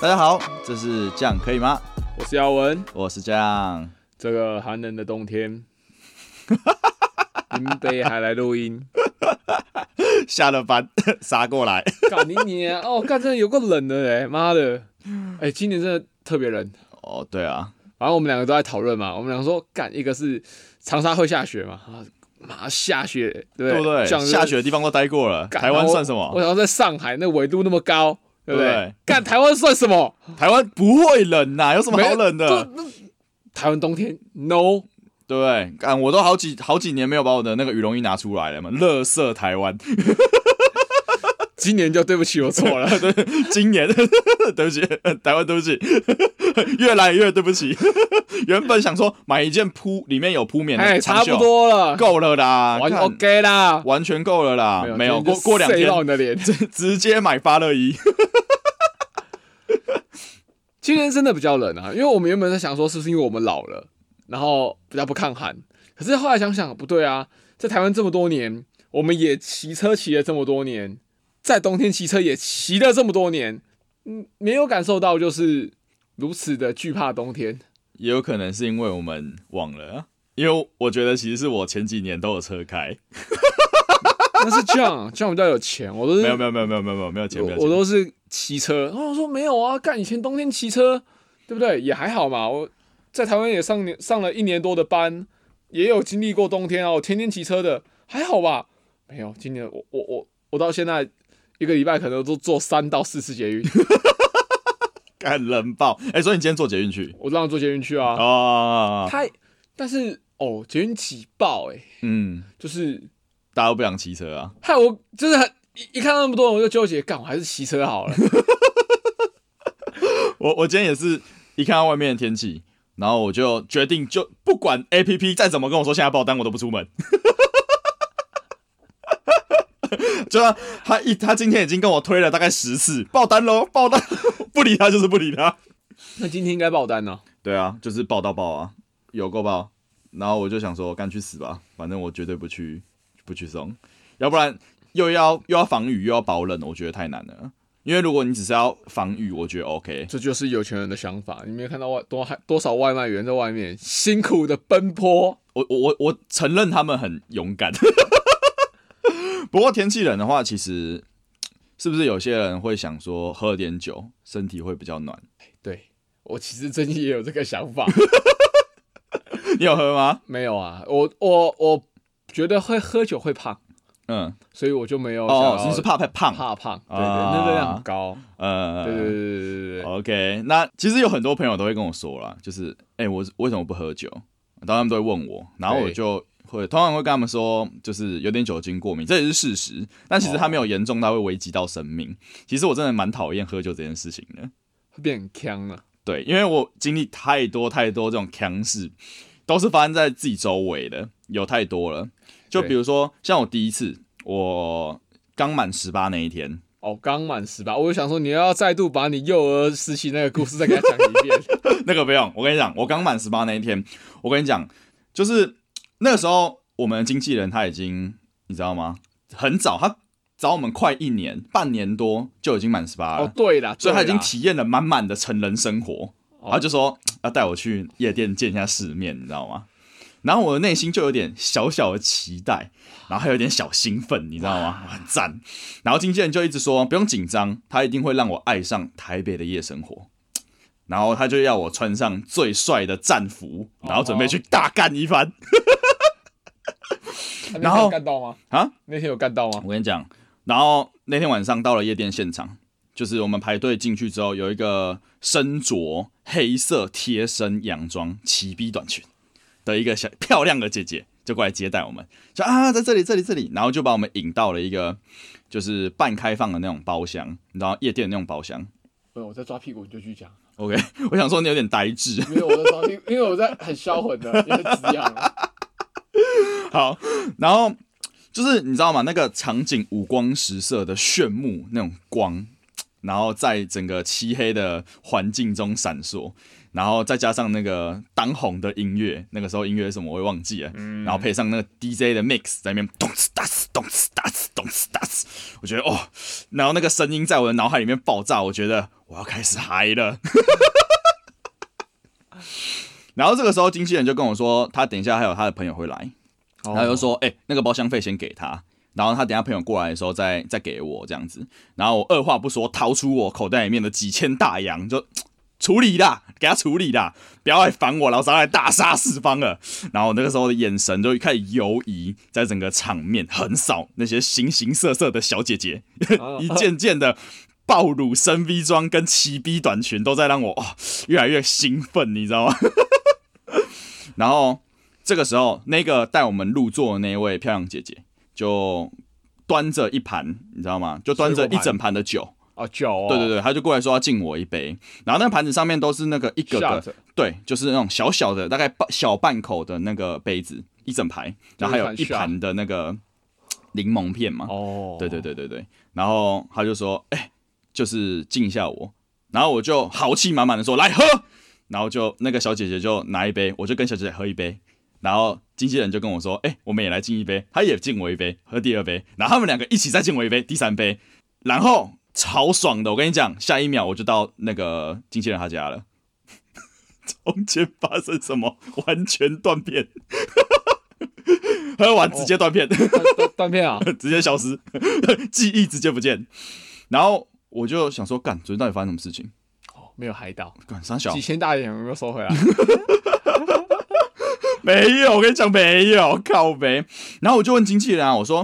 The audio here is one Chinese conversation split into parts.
大家好，这是这样可以吗？我是姚文。我是这样，这个寒冷的冬 天，林北还来录音，下了班 杀过来。干你你哦，干真的有个冷的哎，妈的，哎、今年真的特别冷。哦，对啊，然后我们两个都在讨论嘛，我们两个说，干一个是长沙会下雪嘛，啊，妈下雪，对对不不对？像是下雪的地方都待过了，干台湾算什然后我么？想说在上海那纬度那么高，对不对对？干台湾算什么？台湾不会冷呐、有什么好冷没有的？？就那台湾冬天 no，对不对？干，我都好几好几年没有把我的那个羽绒衣拿出来了 嘛，乐色台湾。今年就对不起我错了。今年， 对不起，台湾，对不起， 越来越对不起。 原本想说买一件铺里面有铺棉哎，的长差不袖，多了，够了啦，完看 OK 啦。完全够了啦，没有今天过就过两塞天到你的脸。直接买发热衣。 今天真的比较冷啊，因为我们原本在想说是不是因为我们老了，然后比较不抗寒。可是后来想想，不对啊，在台湾这么多年，我们也骑车骑了这么多年，在冬天骑车也骑了这么多年，嗯，没有感受到就是如此的惧怕冬天。也有可能是因为我们忘了啊，因为我觉得其实是我前几年都有车开，但是这样，这样比较有钱，我都是没有没有没有没有没有没有没有前我没有我前都是骑车。然后我说没有啊，干以前冬天骑车，对不对？也还好嘛。我在台湾也上年上了一年多的班，也有经历过冬天啊。我天天骑车的，还好吧？没有，今年我我我我到现在一个礼拜可能都坐三到四次捷运， 干人爆，哎、所以你今天坐捷运去我让他坐捷运去啊。哦，他但是哦，捷运挤爆哎、嗯，就是大家都不想骑车啊，害我就是很一一看到那么多人我就纠结，干我还是骑车 好了。我我今天也是一看到外面的天气，然后我就决定就不管 A P P 再怎么跟我说现在爆单，我都不出门。就他他一他今天已经跟我推了大概十次爆单喽，爆单不理他就是不理他。那今天应该爆单呢、对啊，就是爆到爆啊，有够爆。然后我就想说，干去死吧，反正我绝对不去不去送，要不然又要又要防雨又要保冷，我觉得太难了。因为如果你只是要防雨，我觉得 OK。这就是有钱人的想法。你没有看到外多还多少外卖员在外面辛苦的奔波，我我我我承认他们很勇敢。 不过天气冷的话，其实是不是有些人会想说喝点酒，身体会比较暖？ 对我其实最近也有这个想法。你有喝吗？没有啊，我我我觉得会喝酒会胖，嗯，所以我就没有想哦，要你是怕太胖？怕胖，对对，啊那热量很高，呃，对对对对对对。 OK，那其实有很多朋友都会跟我说啦，就是哎、欸我为什么不喝酒？然后他们都会问我，然后我对就会通常会跟他们说，就是有点酒精过敏，这也是事实。但其实它没有哦严重到会危及到生命。其实我真的蛮讨厌喝酒这件事情的，会变很呛了，对，因为我经历太多太多这种强势，都是发生在自己周围的，有太多了。就对比如说像我第一次，我刚满十八那一天，哦，刚满十八，我就想说，你要再度把你幼儿时期那个故事再给他讲一遍。 那个不用，我跟你讲，我刚满十八那一天，我跟你讲，就是那个时候我们的经纪人他已经，你知道吗？很早，他找我们快一年、半年多就已经满十八了，哦，对啦，所以他已对经啦体验了满满的成人生活。哦然后就说要带我去夜店见一下世面，你知道吗？然后我的内心就有点小小的期待，然后还有点小兴奋，你知道吗？很赞。然后经纪人就一直说不用紧张，他一定会让我爱上台北的夜生活。然后他就要我穿上最帅的战服，然后准备去大干一番。那天然后有干到吗？啊，那天有干到吗？我跟你讲，然后那天晚上到了夜店现场，就是我们排队进去之后，有一个身着黑色贴身洋装、齐逼短裙的一个小漂亮的姐姐，就过来接待我们，说啊，在这里，这里，这里，然后就把我们引到了一个就是半开放的那种包厢，你知道夜店的那种包厢。没有，我在抓屁股，你就去讲。 OK，我想说你有点呆滞，没有我在 装，因因为我在很销魂的，因为滋养了。 好，然后就是你知道吗？那个场景五光十色的炫目那种光，然后在整个漆黑的环境中闪烁，然后再加上那个当红的音乐，那个时候音乐是什么我也忘记了，然后配上那个 DJ 的 mix 在那边咚哧哒哧咚哧哒哧咚哧哒哧，我觉得哦，然后那个声音在我的脑海里面爆炸，我觉得我要开始嗨了。 然后这个时候经纪人就跟我说，他等一下还有他的朋友会来，哦他就说：“哎、那个包厢费先给他，然后他等下朋友过来的时候再再给我这样子。”然后我二话不说掏出我口袋里面的几千大洋，就处理啦，给他处理啦，不要来烦我，老子要来大杀四方了。然后我那个时候的眼神就开始游移，在整个场面横扫那些形形色色的小姐姐，哦一件件的。暴乳深 V 装跟齐 B 短裙都在让我、哦、越来越兴奋，你知道吗？ 然后这个时候，那个带我们入座的那位漂亮姐姐就端着一盘，你知道吗？就端着一整盘的酒，哦酒哦，对对对，她就过来说要敬我一杯。然后那盘子上面都是那个一个个， Shot 对，就是那种小小的，大概半小半口的那个杯子，一整排，然后还有一就是一盘 shot 盘的那个柠檬片嘛。哦，对对对对对，然后他就说，哎、就是敬一下我，然后我就豪气满满的说来喝，然后就那个小姐姐就拿一杯，我就跟小姐姐喝一杯，然后经纪人就跟我说，哎、我们也来敬一杯，他也敬我一杯，喝第二杯，然后他们两个一起再敬我一杯，第三杯，然后超爽的，我跟你讲，下一秒我就到那个经纪人他家了。中间发生什么完全断片，喝完直接断片。断断断片啊，直接消失， 记忆直接不见。然后我就想说，干，昨天到底发生什么事情？哦没有嗨到，干三小几千大洋有没有收回来？ 没有，我跟你讲没有，靠呗。然后我就问经纪人啊，我说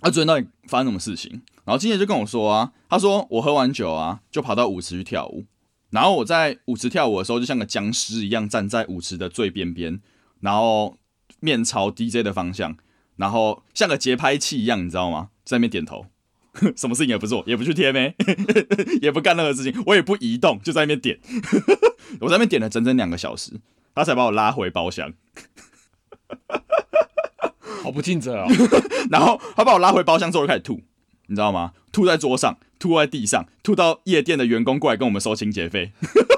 啊，昨天到底发生什么事情？然后经纪人就跟我说啊，他说我喝完酒啊，就跑到舞池去跳舞。然后我在舞池跳舞的时候，就像个僵尸一样站在舞池的最边边，然后面朝 DJ 的方向，然后像个节拍器一样，你知道吗？在那边点头， 什么事情也不做，也不去贴妹， 也不干任何事情，我也不移动，就在那边点。 我在那边点了整整两个小时，他才把我拉回包厢。好不尽责哦，然后他把我拉回包厢之后就开始吐，你知道吗？吐在桌上，吐在地上，吐到夜店的员工过来跟我们收清洁费。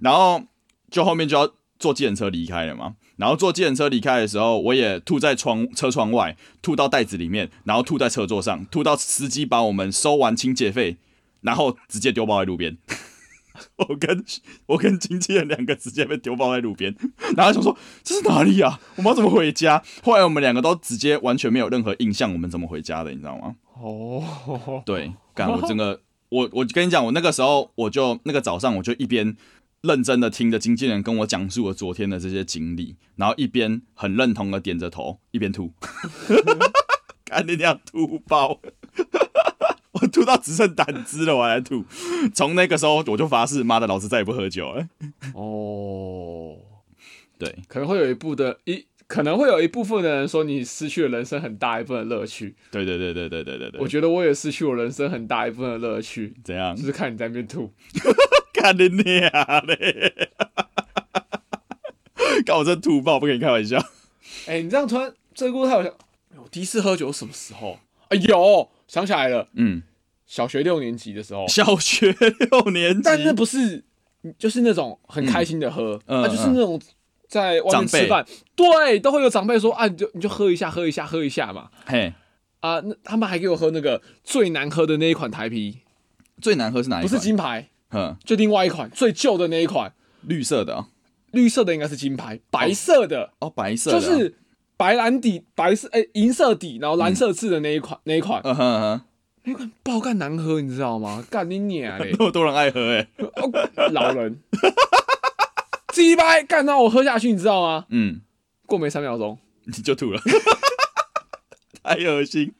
然后就后面就要坐计程车离开了嘛。然后坐计程车离开的时候，我也吐在窗车窗外，吐到袋子里面，然后吐在车座上，吐到司机把我们收完清洁费，然后直接丢包在路边。 我跟我跟经纪人两个直接被丢包在路边， 然后想说这是哪里啊？我们要怎么回家？后来我们两个都直接完全没有任何印象，我们怎么回家的，你知道吗？哦，对，干我真的， 我我跟你讲，我那个时候我就那个早上我就一边认真的听着经纪人跟我讲述我昨天的这些经历，然后一边很认同的点着头，一边吐， 看你俩吐爆。 我吐到只剩胆汁了，我还吐。从那个时候我就发誓，妈的，老子再也不喝酒了。哦，对，可能会有一部的一。可能会有一部分的人说你失去了人生很大一部分的乐趣，对对对对对对对对。我觉得我也失去我人生很大一部分的乐趣，怎样就？是看你在那边吐。看你娘嘞！ 看我这吐爆，不跟你开玩笑。哎、你这样突然这个故事太好笑。我第一次喝酒是什么时候？哎、有想起来了，嗯，小学六年级的时候。小学六年级，但那不是，就是那种很开心的喝，那、嗯嗯就是那种在外面长辈吃饭，对，都会有长辈说啊，你就你就喝一下，喝一下，喝一下嘛。嘿，啊，那他们还给我喝那个最难喝的那一款台啤，最难喝是哪一不款？是金牌，嗯，就另外一款最旧的那一款，绿色的哦，绿色的应该是金牌，白色的、哦白色的就哦，是白蓝底，白色哎、银色底，然后蓝色字的那一款，那一款嗯哼嗯哼，那款爆干难喝，你知道吗？干你娘嘞！那么多人爱喝哎，哦 老人，鸡掰干到我喝下去，你知道吗？嗯，过没三秒钟，你就吐了， 太恶心。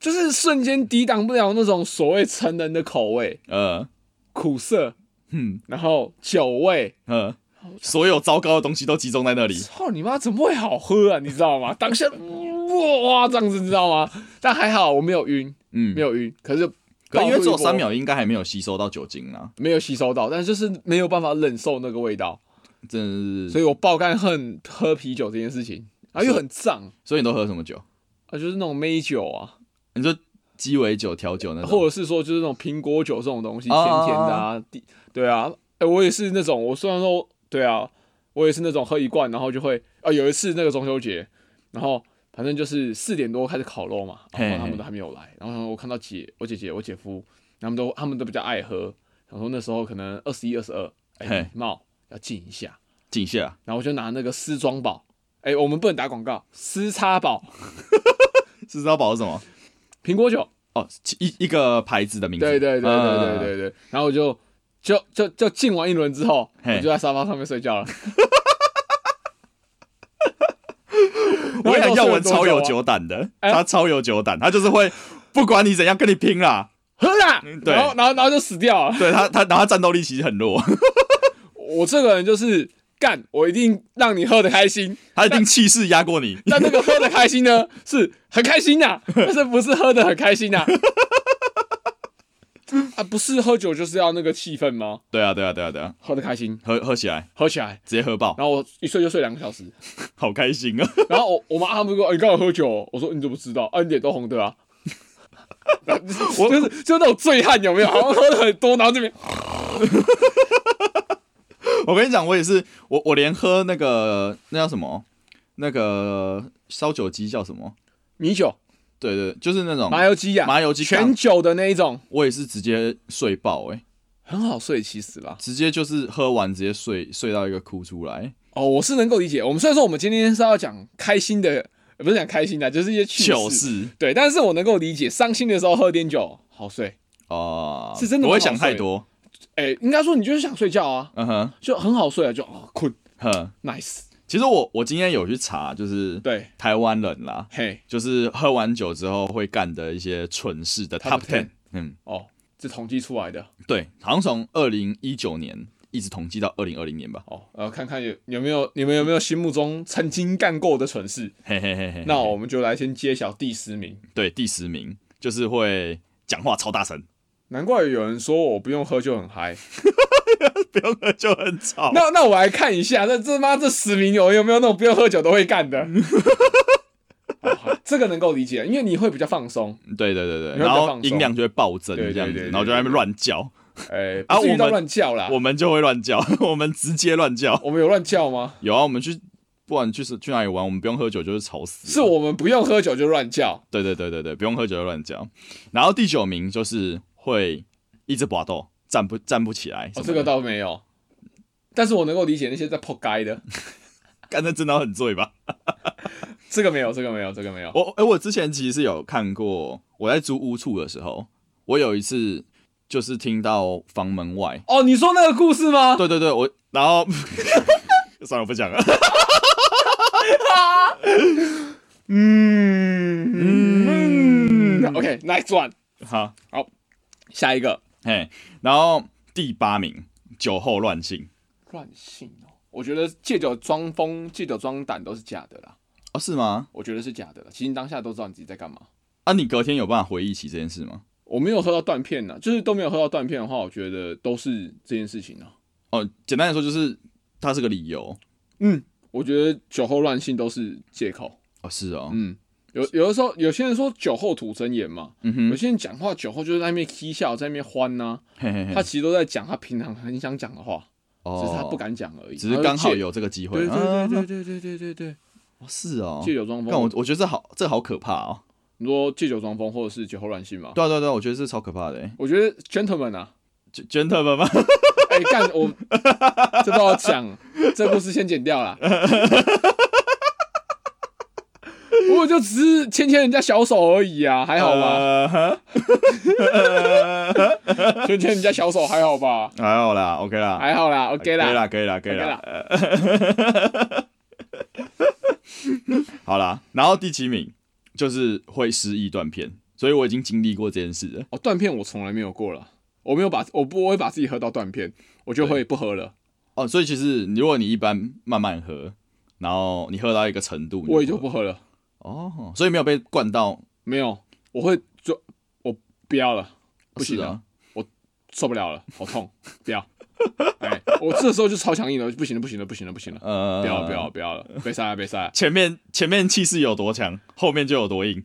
就是瞬间抵挡不了那种所谓成人的口味，呃，苦涩，嗯然后酒味。呃，所有糟糕的东西都集中在那里。操你妈！怎么会好喝啊？你知道吗？当下哇这样子，你知道吗？但还好我没有晕，嗯没，有晕，可是可因为只有爆出一波三，秒，应该还没有吸收到酒精啊，没有吸收到，但就是没有办法忍受那个味道，真的是。所以我爆干恨喝啤酒这件事情，啊又很胀所以你都喝什么酒？啊，就是那种美酒啊，你说鸡尾酒调酒那或种，者是说就是那种苹果酒这种东西，哦甜甜的啊，地对啊，哎、我也是那种，我虽然说对啊，我也是那种喝一罐，然后就会啊，有一次那个中秋节，然后反正就是四点多开始烤肉嘛，嘿然后他们都还没有来，然后我看到姐、我姐姐、我姐夫，他们都他们都比较爱喝，想说那时候可能二十一、二十二，嘿哎，帽要敬一下，敬一啊下，然后我就拿那个丝装宝，哎、我们不能打广告，丝叉宝是知道宝是什么？苹果酒。哦，其一一个牌子的名字，对对对对对嗯，对对，然后我就就就就进完一轮之后，嘿我就在沙发上面睡觉了。我跟你讲，耀文然后超我睡了多久有啊，酒胆的，哎他超有酒胆，他就是会不管你怎样跟你拼啦。喝啦，嗯对然后然后然后就死掉了。对他，他然后他战斗力其实很弱，我这个人就是干，我一定让你喝的开心。他一定气势压过你。但那个喝的开心呢，是很开心呐、但是不是喝的很开心呐、啊？不是喝酒就是要那个气氛吗？对啊，对啊，对啊，对啊，喝的开心，喝喝起来，喝起来。直接喝爆，然后我一睡就睡两个小时，好开心啊！ 然后我我妈他们说：“哎、你刚才喝酒哦、我说：“你怎么知道？啊，你脸都红 的啊。”我就是就是那种醉汉有没有？好像喝的很多，然后这边 我跟你讲，我也是，我我连喝那个那叫什么，那个烧酒鸡叫什么？米酒、对对，就是那种麻油鸡呀、嗯麻油鸡全酒的那一种，我也是直接睡爆哎、欸很好睡，其实啦。直接就是喝完直接睡睡到一个哭出来，哦，我是能够理解。我们虽然说我们今天是要讲开心的，呃不是讲开心的，就是一些趣事。糗事对，但是我能够理解，伤心的时候喝点酒好睡。啊，是真的不会蛮好想太睡多，哎、应该说你就是想睡觉啊，嗯哼就很好睡啊，就哦困哼。 nice。其实我我今天有去查，就是对，台湾人啦，嘿，就是喝完酒之后会干的一些蠢事的 Top Top Ten Ten，嗯，哦，这统计出来的。对，好像从二零一九年一直统计到二零二零年吧，哦，呃，看看有有没有你们有没有心目中曾经干过的蠢事？嘿嘿嘿嘿。那我们就来先揭晓第十名。对第十名就是会讲话超大声， 难怪有人说我不用喝就很嗨。不用喝就很吵。那那我来看一下，那这妈这十名有有没有那种不用喝酒都会干的？ 好好这个能够理解，因为你会比较放松。对对对对，你会比较然后放松音量就会暴增对对这样子对，对然后就在那边乱叫，哎、啊不至于我到们乱叫啦。我们就会乱叫， 我们直接乱叫。我们有乱叫吗？有啊，我们去不管去是去哪里玩，我们不用喝酒就是吵死。是，我们不用喝酒就乱叫。对对对对对，不用喝酒就乱叫。然后第九名就是会一直搏斗，站不站不起来什哦，么的。这个倒没有。但是我能够理解那些在破街的，干那真的很醉吧？这个没有，这个没有，这个没有。我哎、我之前其实有看过，我在租屋处的时候，我有一次就是听到房门外哦，你说那个故事吗？对对对，我然后 算了，我不讲了。 嗯嗯，OK，Next、one，好，下一个嘿，然后第八名酒后乱性乱性哦，我觉得借酒装疯、借酒装胆都是假的啦，哦，是吗？我觉得是假的啦。其实你当下都知道你自己在干嘛。啊，你隔天有办法回忆起这件事吗？我没有喝到断片呢、就是都没有喝到断片的话，我觉得都是这件事情啊。哦，简单来说就是它是个理由嗯，我觉得酒后乱性都是借口。哦，是哦，嗯，有有的时候有些人说酒后吐真言嘛，嗯有哼，些人讲话酒后就是在那边嬉笑，在那边欢呐、嘿嘿嘿，他其实都在讲他平常很想讲的话，只是他嗯哦不，敢讲而已。只是刚好有。有这个机会，对对啊对对对对对对，哦是哦，借酒装但我疯。我觉得这好这好可怕哦，你说借酒装疯或者是酒后乱性吗？对啊对啊对啊，我觉得这超可怕的欸我觉得 gentleman 啊， ，Gen-，gentleman 吗？哎 干我，这不好讲，这故事先剪掉啦。 我就只是牵牵人家小手而已啊，还好吧？ 呃呵呃牵牵人家小手还好 吧？还好啦，OK 啦，还好啦，OK 啦。可以啦，啊可以啦，可以 OK 啦啦。好啦，然后第七名就是会失忆断片，所以我已经经历过这件事了。哦，断片我从来没有过了，我没有把我不我会把自己喝到断片，我就会不喝了，哦，所以其实如果你一般慢慢喝，然后你喝到一个程度，你我也就不喝了。哦，所以没有被灌到，没有，我会就我不要了，不行是了。啊，受不了了，好痛，不 要！哎，我这时候就超强硬了，不行了，不行了，不行了，不行了，呃，不要了，不要了，。不要了，被杀了，被杀了！前面前面气势有多强，后面就有多硬。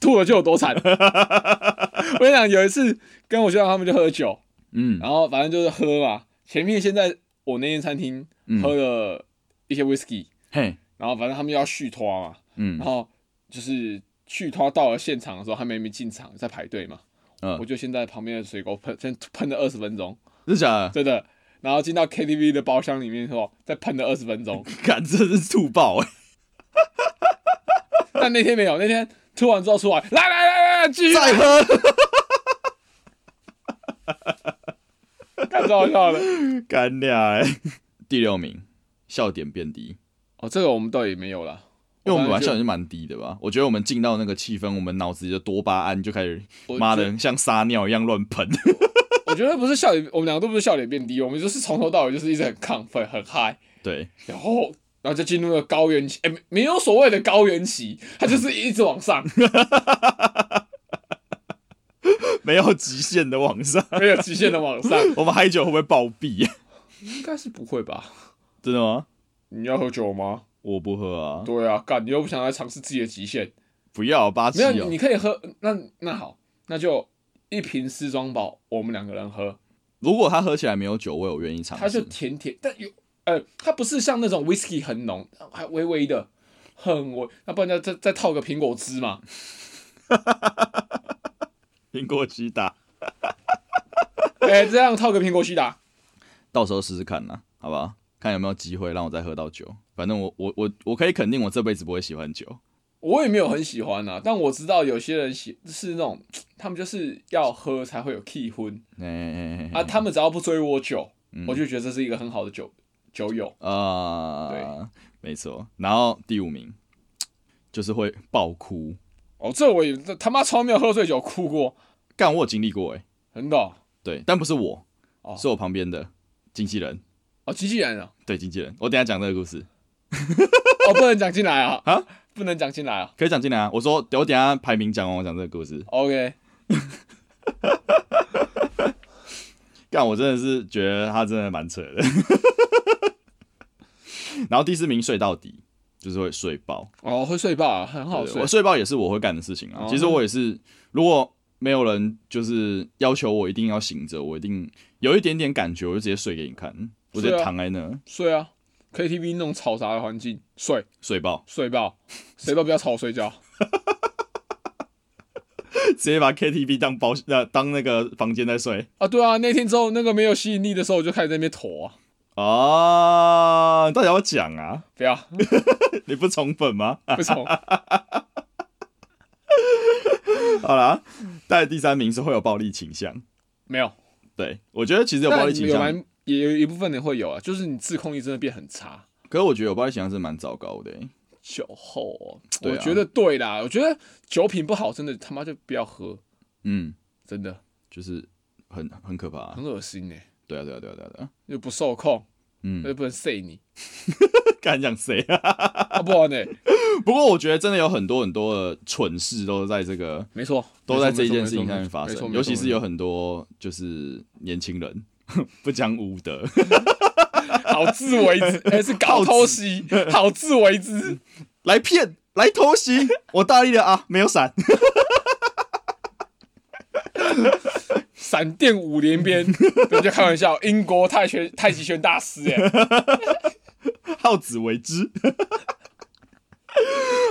吐了就有多惨。 我跟你讲，有一次跟我学长他们就喝酒， 嗯然后反正就是喝嘛。前面先在我那间餐厅嗯，喝了一些 whisky，、嘿，然后反正他们要续拖嘛，嗯然后就是续拖到了现场的时候，他们还没进场，在排队嘛。嗯我就先在旁边的水沟喷，先喷了二十分钟，真假的？真的。然后进到 KTV 的包厢里面之后，再喷了二十 分钟。干，这真是吐爆哎、但那天没有，那天吐完之后出来，来来来来，继 续再喝，干，超好笑的。干掉哎、第六名，笑点变低，哦，这个我们倒也没有啦， 因为我们本来反笑正就点就蛮低的吧。我觉得我们进到那个气氛，我们脑子里的多巴胺就开始我妈觉的像撒尿一样乱喷。 我觉得不是笑点，我们两个都不是笑点变低，我们就是从头到尾就是一直很亢奋、很嗨，对，然后然后就进入了高原期，哎、没没有所谓的高原期，它就是一直往上， 没有极限的往上，没有极限的往上，我们嗨酒会不会暴毙、啊 应该是不会吧？真的吗？你要喝酒吗？我不喝啊，对啊，干，你又不想来尝试自己的极限，不要八七没有，哦你，可以喝，那那好，那就一瓶私装宝，我们两个人喝，如果它喝起来没有酒味，我愿意尝它就试。甜甜，但有呃，它不是像那种 whisky 很浓，还微微的，很微，那不然再再再套个苹果汁嘛， 苹果西打， 哎、这样套个苹果西打。到时候试试看啦，好不好？看有没有机会让我再喝到酒。反正我我我我可以肯定，我这辈子不会喜欢酒。我也没有很喜欢啊，但我知道有些人喜是那种，他们就是要喝才会有气氛哎哎哎啊。哎他们只要不追我酒，嗯我就觉得这是一个很好的酒酒友。啊，没错。然后第五名就是会爆哭，哦，这我也这他妈从来没有喝醉酒哭过，干我有经历过哎、真的哦对，但不是我，哦是我旁边的经纪人，哦，机器人啊，对经纪人。我等一下讲这个故事，哦，不能讲进来啊啊，不能讲进来啊。可以讲进来啊。我说我等一下排名讲完，我讲这个故事。 OK，干，我真的是觉得他真的蛮扯的。 然后第四名睡到底，就是会睡爆。哦，会睡吧，很好对睡我。睡爆也是我会干的事情啊。哦其实我也是，如果没有人就是要求我一定要醒着，我一定有一点点感觉，我就直接睡给你看，我直接是啊躺在那睡啊，KTV 那种吵杂的环境，睡睡爆，睡吧，谁都不要吵我睡觉。直接把 KTV 当包呃当那个房间在睡啊，对啊，那天之后那个没有吸引力的时候，我就开始在那边妥啊，啊。到底要不要讲啊？ 不要，你不宠粉吗？ 不吵。好啦，但第三名是会有暴力倾向。没有，对，我觉得其实有暴力但倾有向蛮也有一部分人会有啊，就是你自控力真的变很差。可是我觉得有暴力倾向是蛮糟糕的欸、酒后、哦，对啊我觉得对啦，我觉得酒品不好，真的他妈就不要喝，嗯，真的就是很很可怕、啊很。恶心呢、对啊，对啊，对啊，对啊，对啊。又不受控，嗯， 又不能 say 你，敢讲谁啊？啊不然呢？不过我觉得真的有很多很多的蠢事都在这个没错，都在这一没错件事情上面发没错生，没错尤其是有没很多就是年轻人 不讲武德，错好自为之，哎、是高偷袭，好自为之，来骗来偷袭，我大力了啊，没有闪，闪电五连鞭， 我就开玩笑，英国泰拳太极拳大师哎、好自为 之。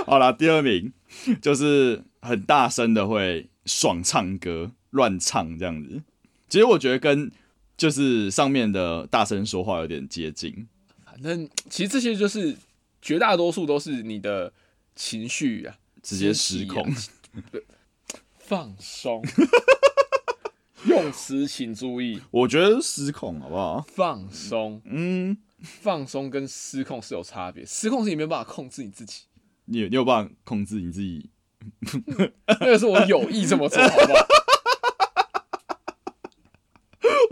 好啦，第二名就是很大声的会爽唱歌、乱唱这样子。其实我觉得跟就是上面的大声说话有点接近，反正其实这些就是绝大多数都是你的情绪啊，直接失控。 放 松，用词请注意，我觉得失控好不好？放松，嗯，放松跟失控是有差别，失控是你没有办法控制你自己， 你有你有办法控制你自己？ 那个是我有意这么做，好不好？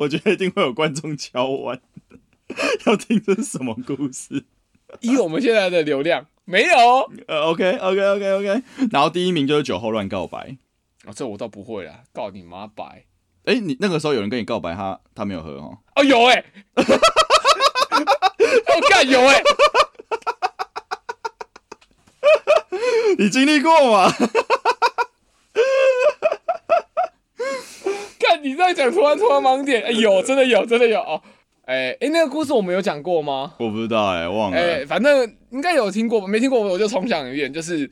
我觉得一定会有观众敲碗， 要听这是什么故事？以我们现在的流量，没有哦呃，OK OK OK OK。然后第一名就是酒后乱告白。啊，这我倒不会啦，告你妈白哎、你那个时候有人跟你告白，他他没有喝哦。 哦，有哎、欸，我干有哎、欸，你经历过吗？这样讲突然突然盲点，哎、有真的有真的有哦，哎、哎、那个故事我们有讲过吗？我不知道哎、忘了、哎、反正应该有听过吧，没听过我就重讲一遍，就是，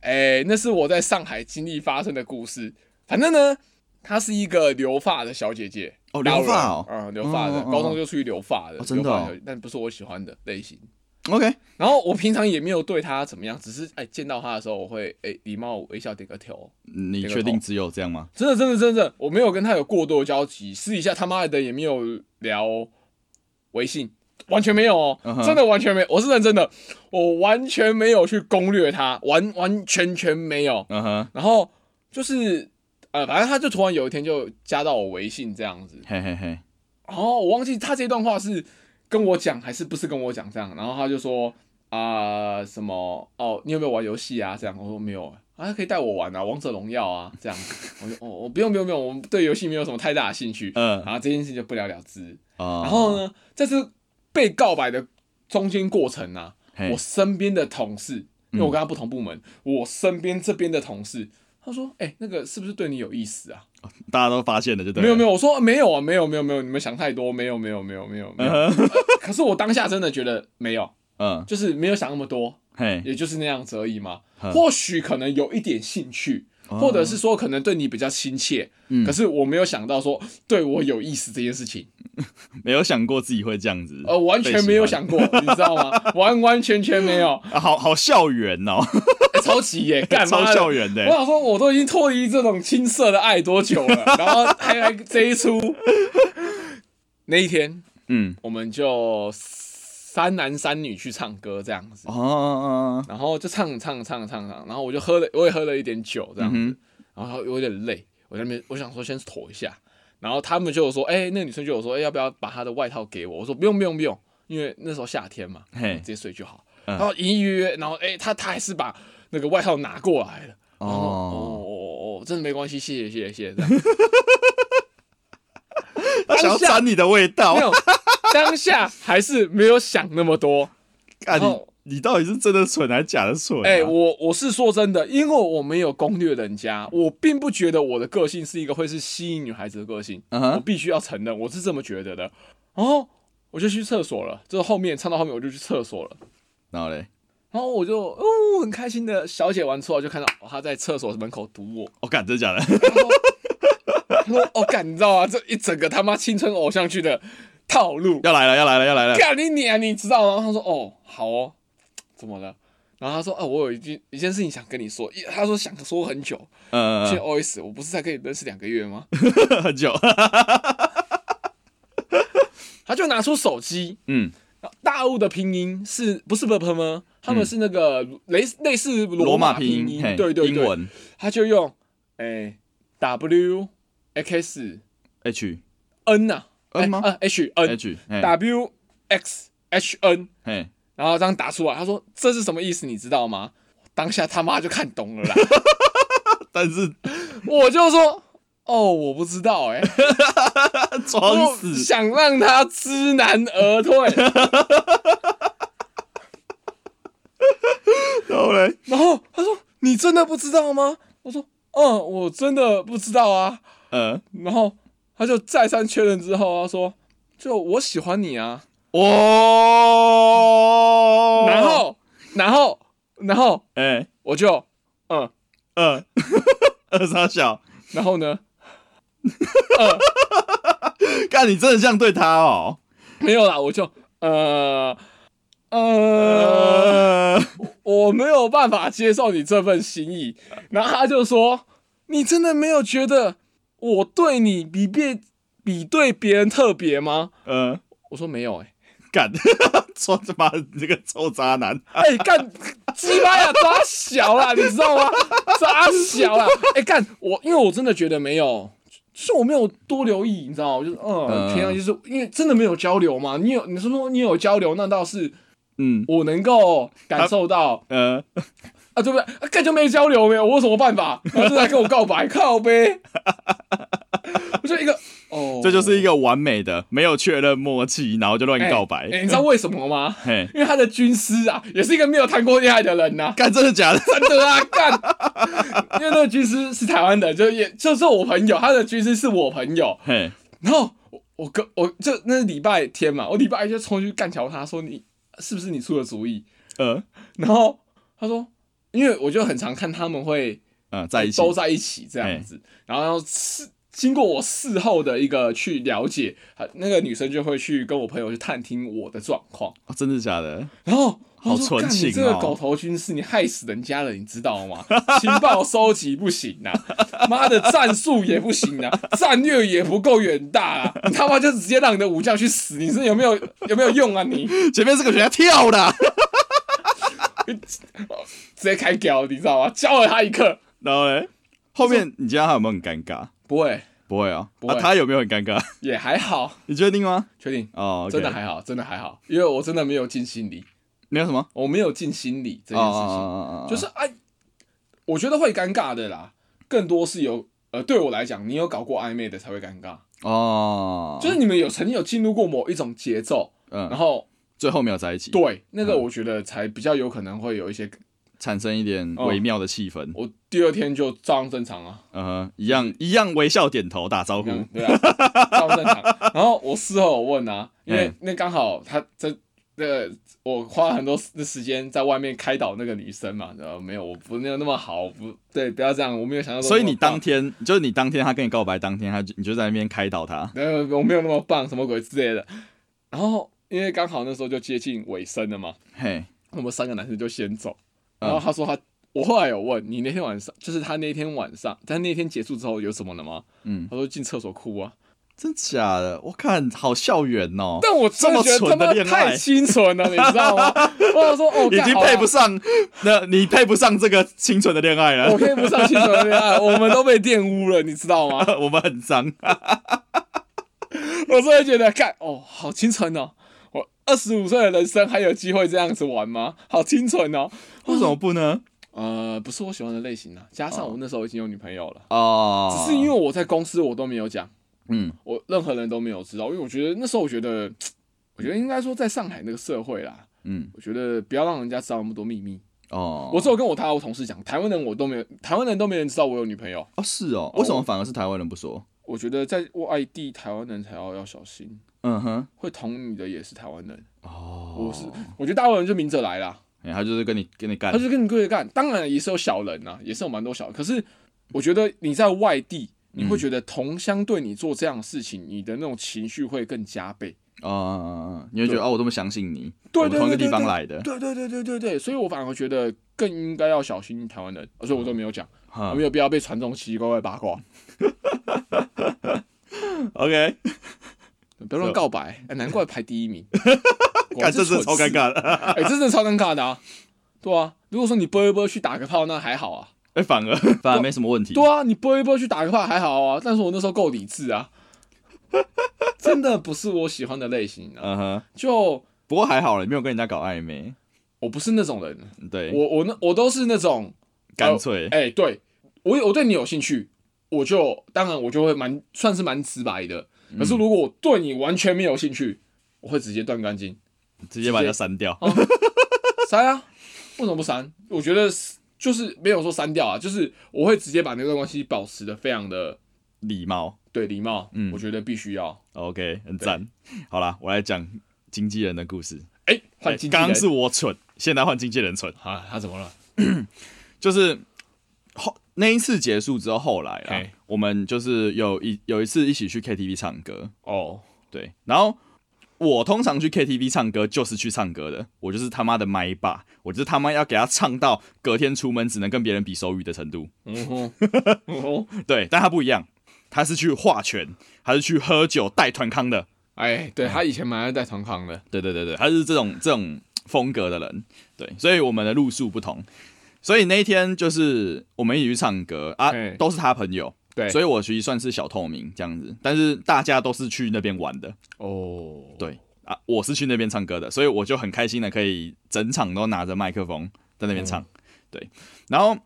哎、那是我在上海经历发生的故事。反正呢，她是一个留发的小姐姐，哦留发哦大陆人嗯，留发的，嗯嗯高中就出去留发的，哦真的哦留发小但不是我喜欢的类型。 OK，然后我平常也没有对她怎么样，只是哎、见到她的时候，我会哎礼、貌微笑点个头。你确定只有这样吗？真的真的真的，我没有跟她有过多的交集，私底下他妈的也没有聊微信，完全没有哦嗯哼真的完全没，我是认真的，我完全没有去攻略她，完完全全没有。嗯哼，然后就是呃，反正她就突然有一天就加到我微信这样子，嘿嘿嘿，然后哦我忘记她这段话是跟我讲还是不是跟我讲这样，然后她就说啊、什么哦，你有没有玩游戏啊？这样我说没有啊。啊，可以带我玩啊，王者荣耀啊，这样， 我就哦，我不用不用不用，我们对游戏没有什么太大的兴趣，嗯然后这件事就不了了之。啊，然后呢，在这次被告白的中间过程啊，嘿我身边的同事，因为我跟他不同部门，我身边这边的同事，他说：“哎、那个是不是对你有意思啊大家都发现了，就？”对，没有没有，有，我说没有啊，没有没有没有，你们想太多，没有没有没有没有没有。嗯哼 可是我当下真的觉得没有，嗯，就是没有想那么多，嘿，也就是那样子而已嘛。嗯哦或许可能有一点兴趣，或者是说可能对你比较亲切，嗯可是我没有想到说对我有意思这件事情。没有想过自己会这样子，呃，完全没有想过，你知道 吗？完完全全没有，啊，好好校园哦，欸超级 耶，干嘛超的？校园的欸我，想说，我都已经脱离这种青涩的爱多久了，然后还来这一出。那一天，嗯，我们就三男三女去唱歌这样子，哦，然后就唱唱唱唱唱，然后我就喝了，我也喝了一点酒这样子，嗯然后有点累，我在那边我想说先妥一下，然后他们就有说，哎、那个女生就有说，哎、要不要把她的外套给我？我说不用不用不用，因为那时候夏天嘛，嘿直接睡就好。嗯然后隐隐约约，然后哎、他他还是把那个外套拿过来了。然后哦，哦哦哦，真的没关系，谢谢谢谢谢谢。这样他想要沾你的味道 没，有，当下还是没有想那么多。啊，然后你你到底是真的蠢还是假的蠢啊？哎、我我是说真的，因为我没有攻略人家，我并不觉得我的个性是一个会是吸引女孩子的个性。嗯我哼，必须要承认，我是这么觉得的。然后我就去厕所了，就是后面唱到后面我就去厕所了。然后嘞，然后我就哦很开心的小姐玩出来，就看到、哦、她在厕所门口堵我。我哦干，真的假 的？她说：“哦，干，你知道吗？这一整个他妈青春偶像剧的套 路，要来了，要来了，要来了，干你娘，你知道吗？”她说：“哦，好哦，怎么了？”然后她说：“哦，我有一件一件事情想跟你说。”一她说想说很久，嗯现在嗯 OS 我不是才跟你认识两个月吗？ 嗯， 很久，她就拿出手机，嗯，大陆的拼音是不是 b p 吗？他嗯们是那个类类似罗马拼音，嘿对对英对，文他就用哎、W X H N 呐、 N 吗哎呃 H N H，嘿 W X H N，嘿，然后这样打出来，他说这是什么意思？你知道吗？当下他妈就看懂了啦， 但是我就说哦，我不知道 哎、装 我死，想让他知难而退。然后嘞，然后他说：“你真的不知道吗？”我说：“嗯，我真的不知道啊。嗯，”然后他就再三确认之后，他说：“就我喜欢你啊。哦，然，后，然后，然后哎，我就嗯，二二三小，然后呢？干，你真的这样对他哦？没有啦，我就呃呃，呃，我没有办法接受你这份心意。然后他就说：“你真的没有觉得我对你比别比对别人特别吗呃，？”我说：“没有、欸，哎。”干， 说他妈的你这个臭渣男， 哎、干，鸡巴呀，扎小啦，你知道吗？扎小啦，哎、干，我因为我真的觉得没有，就是我没有多留意，你知道吗？我就是嗯，嗯平常就是因为真的没有交流嘛。你有，你是说你有交流，那倒是嗯，我能够啊感受到呃，啊，对不对？啊，干就没交流没有，我有什么办法？然后就来跟我告白，靠呗。我就一个哦，这就是一个完美的没有确认默契，然后就乱哎告白。哎你知道为什么吗？嘿，因为他的军师啊，也是一个没有谈过恋爱的人呐、干真的假 的？真的啊，干！因为那个军师是台湾的，就也就是我朋友，他的军师是我朋友。嘿，然后我我跟我就那是礼拜天嘛，我礼拜一就冲去干瞧他，说你是不是你出的主意？呃，然后他说，因为我就很常看他们会呃，在一起，哎都在一起这样子，然后事经过我事后的一个去了解，啊那个女生就会去跟我朋友去探听我的状况，哦真的假的？ 然后好我说纯干情你这个哦狗头军师，你害死人家了，你知道吗？ 情报收集不行啊， 妈的战术也不行啊， 战略也不够远大啊， 你他妈就直接让你的武将去死，你是有没有有没有用啊你？ 前面是个学校跳的啊，直接开屌，你知道吗？教了他一课，然后嘞，后面你觉得他有没有很尴尬？不会不会啊，不会啊他有没有很尴尬？ 也还好，你确定吗？确定哦，OK，真的还好，真的还好，因为我真的没有尽心理，没有什么我没有尽心理这哦件哦事哦情。哦哦就是哎，我觉得会尴尬的啦，更多是有呃，对我来讲，你有搞过暧昧的才会尴尬，哦，就是你们有曾经有进入过某一种节奏，然嗯，后最后没有在一起，对那嗯个我觉得才比较有可能会有一些，产生一点哦微妙的气氛，我第二天就照样正常啊，嗯哼，一样一样微笑点头打招呼嗯，，对啊，照样正常。然后我事后我问啊，因为嗯那刚好他这。那个我花很多时时间在外面开导那个女生嘛，然后没有，我不没有那么好，我不对，不要这样，我没有想到。所以你当天就是你当天他跟你告白当天，他就你就在那边开导他，呃，我没有那么棒，什么鬼之类的。然后因为刚好那时候就接近尾声了嘛，嘿，我们三个男生就先走。嗯然后他说他，我后来有问你那天晚上，就是他那天晚上，但那天结束之后有什么了吗？嗯，他说进厕所哭啊。真假的？我看好校园哦，但我真的这觉得么他蠢的妈恋爱太清纯了，你知道吗？我想说 哦，已经干好啊配不上，那你配不上这个清纯的恋爱了。我配不上清纯的恋爱，我们都被玷污了，你知道吗？ 我们很脏，我真的觉得，干哦，好清纯哦！我二十五岁的人生还有机会这样子玩吗？好清纯哦！为什么不呢？呃，不是我喜欢的类型啊。加上我那时候已经有女朋友了，哦，只是因为我在公司我都没有讲，嗯我任何人都没有知道，因为我觉得那时候我觉得，我觉得应该说在上海那个社会啦，嗯我觉得不要让人家知道那么多秘密。哦，我只有跟我台湾同事讲，台湾人我都没有，台湾人都没人知道我有女朋友。哦是哦，我为什么反而是台湾人不说？我觉得在外地台湾人才要要小心，嗯哼，会捅你的也是台湾人。哦，我是我觉得大陆人就明着来啦，哎，他就是跟你跟你干他，就跟你对着干。当然也是有小人啊，也是有蛮多小人。可是我觉得你在外地，你嗯会觉得同乡对你做这样的事情，你的那种情绪会更加倍。哦，你会觉得哦，我这么相信你，对我们对同一个地对对方对来的，对对对对对对，所以我反而觉得更应该要小心台湾人，啊所以我都没有讲，哈我没有必要被传这种奇奇怪怪的八卦， ，OK，不要乱告白，哎难怪排第 一名，果干然这是蠢事超尴，尬的，哎，这真的超尴尬的啊，对啊，如果说你啵一啵去打个炮，那还好啊，哎，反而反而没什么问题，对啊，你啵一啵去打个炮还好啊，但是我那时候够理智啊， 真的不是我喜欢的类型啊，嗯哼，就不过还好了，没有跟人家搞暧昧，我不是那种人，对，我呃我那我都是那种干脆，哎、对我有我对你有兴趣，我就当然我就会蛮算是蛮直白的。可嗯是如果我对你完全没有兴趣，我会直接断干净，直接把人家删掉，哦删啊！为什么不删？我觉得是就是没有说删掉啊，就是我会直接把那段关系保持的非常的礼貌对礼貌。嗯我觉得必须要。 ，OK，很赞。好啦，我来讲经纪人的故事。哎、换哎经纪刚人刚是我蠢，现在换经纪人蠢，啊，他怎么了？就是后那一次结束之后，后来啊嘿，我们就是有一有一次一起去 KTV 唱歌，哦，对，然后。我通常去 KTV 唱歌就是去唱歌的，我就是他妈的麦霸，我就是他妈要给他唱到隔天出门只能跟别人比手语的程度。嗯哼，嗯哼，对，但他不一样，他是去化拳，他是去喝酒带团康的。哎，嗯对他以前蛮爱带团康的，对对对对，他是这种这种风格的人，对，所以我们的路数不同。所以那一天就是我们一起去唱歌啊嘿，都是他朋友，对，所以以我其实算是小透明这样子，但是大家都是去那边玩的，哦，对啊，我是去那边唱歌的，所以我就很开心的可以整场都拿着麦克风在那边唱，对，然后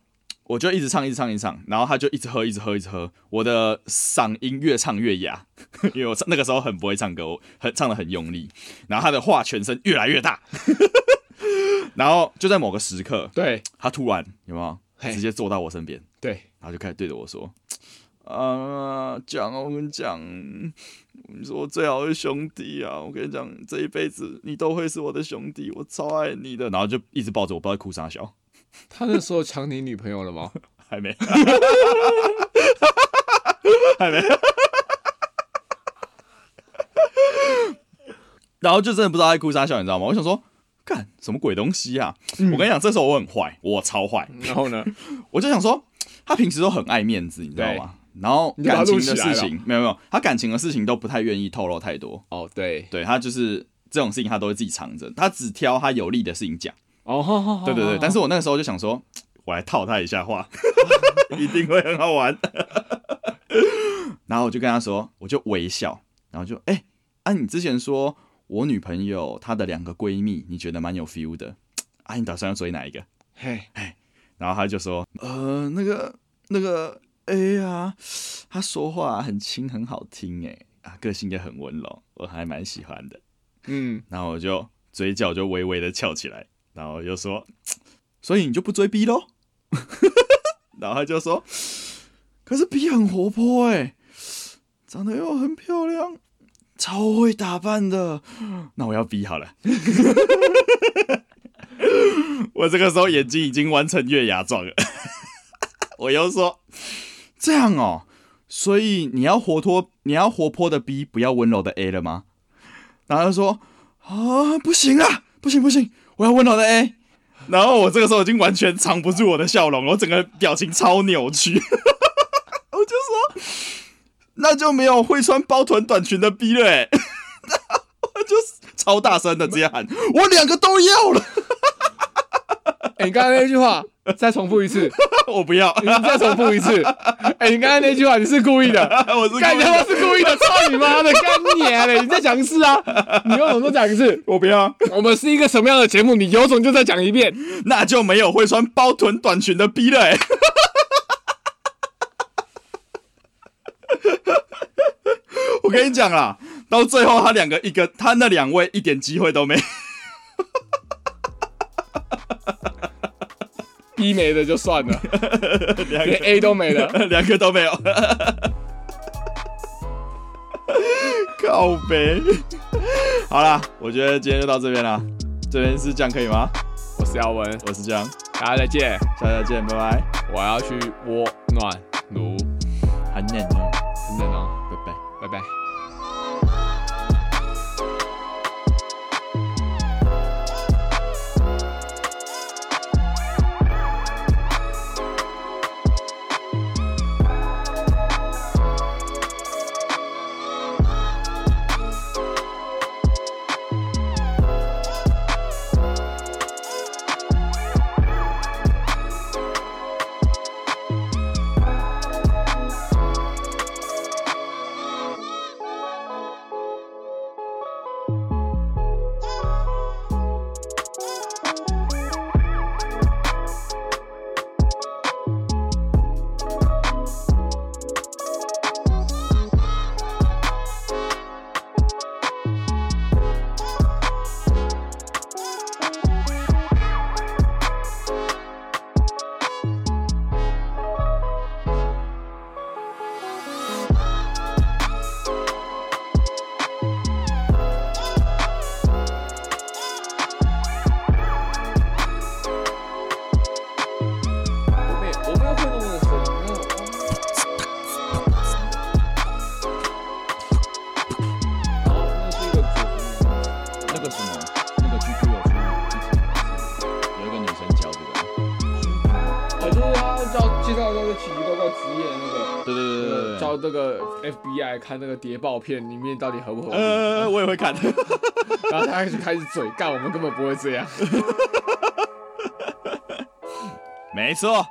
我就一直唱，一直唱，一直唱，然后他就一直喝，一直喝，一直喝，我的嗓音越唱越哑， 因为我唱那个时候很不会唱歌，我很唱的很用力，然后他的话全声越来越大， 然后就在某个时刻，对他突然有没有嘿直接坐到我身边，对，然后就开始对着我说：“啊，讲啊，我跟你讲，你是我最好的兄弟啊！我跟你讲，这一辈子你都会是我的兄弟，我超爱你的。”然后就一直抱着我，不知道在哭啥笑，他那时候抢你女朋友了吗？还没。 然后就真的不知道在哭啥笑，你知道吗？我想说，干什么鬼东西啊！我跟你讲，这时候我很坏，我超坏，然后呢？我就想说，他平时都很爱面子，你知道吗？然后你就把他感情录的起来事情，没有没有，他感情的事情都不太愿意透露太多。哦，对，对他就是这种事情，他都会自己藏着，他只挑他有利的事情讲。哦，好好好对对对，但是我那个时候就想说，我来套他一下 话，一定会很好玩。然后我就跟他说，我就微笑，然后就哎、啊，你之前说我女朋友她的两个闺蜜，你觉得蛮有 feel 的，啊，你打算要追哪一个？嘿，然后他就说：“呃，那个那个，哎呀，他说话很轻，很好听，哎，啊，个性也很温柔，我还蛮喜欢的。嗯，”然后我就嘴角就微微的翘起来，然后就说：“所以你就不追 B 咯？” 然后他就说：“可是 B 很活泼，哎，长得又很漂亮，超会打扮的，那我要 B 好了。” 我这个时候眼睛已经完成月牙状了， 我又说这样哦，所以你要活脱，你要活泼的 B，不要温柔的 A 了吗？然后他就说啊，不行啊，不行不行，我要温柔的 A。然后我这个时候已经完全藏不住我的笑容，我整个表情超扭曲， 我就说那就没有会穿包臀短裙的 B 了、欸， 我就超大声的直接喊， 我两个都要了。哎，你刚才那句话再重复一次， 我不要， 你再重复一次，哎，你刚才那句话你是故意的。我是干你他妈是故意的，操你妈的，干你娘嘞！你再讲一次啊！你有种都讲一次。我不要，我们是一个什么样的节目？你有种就再讲一遍。那就没有会穿包臀短裙的逼了、欸。 我跟你讲啦，到最后他两个一个，他那两位一点机会都没。 B 没的就算了，两连 A 都没了。个 两个都没有，靠北。好啦，我觉得今天就到这边啦。这边是这样可以吗？我是耀文，我是这样，大家再见。下次再见，拜拜。我要去窝暖炉，很冷哦，真的呢，拜拜。拜拜。我妹，我妹会弄的声音，那种。然后那是一个主题。那个什么，那个 GQ 有出一集，有一个女生教这个。我就是他叫介绍那个奇奇怪怪职业那对对对对个，呃对。叫那个 FBI 看那个谍报片里面到底合不合理，呃，我也会看。 然后他就开始嘴干，我们根本不会这样。没错，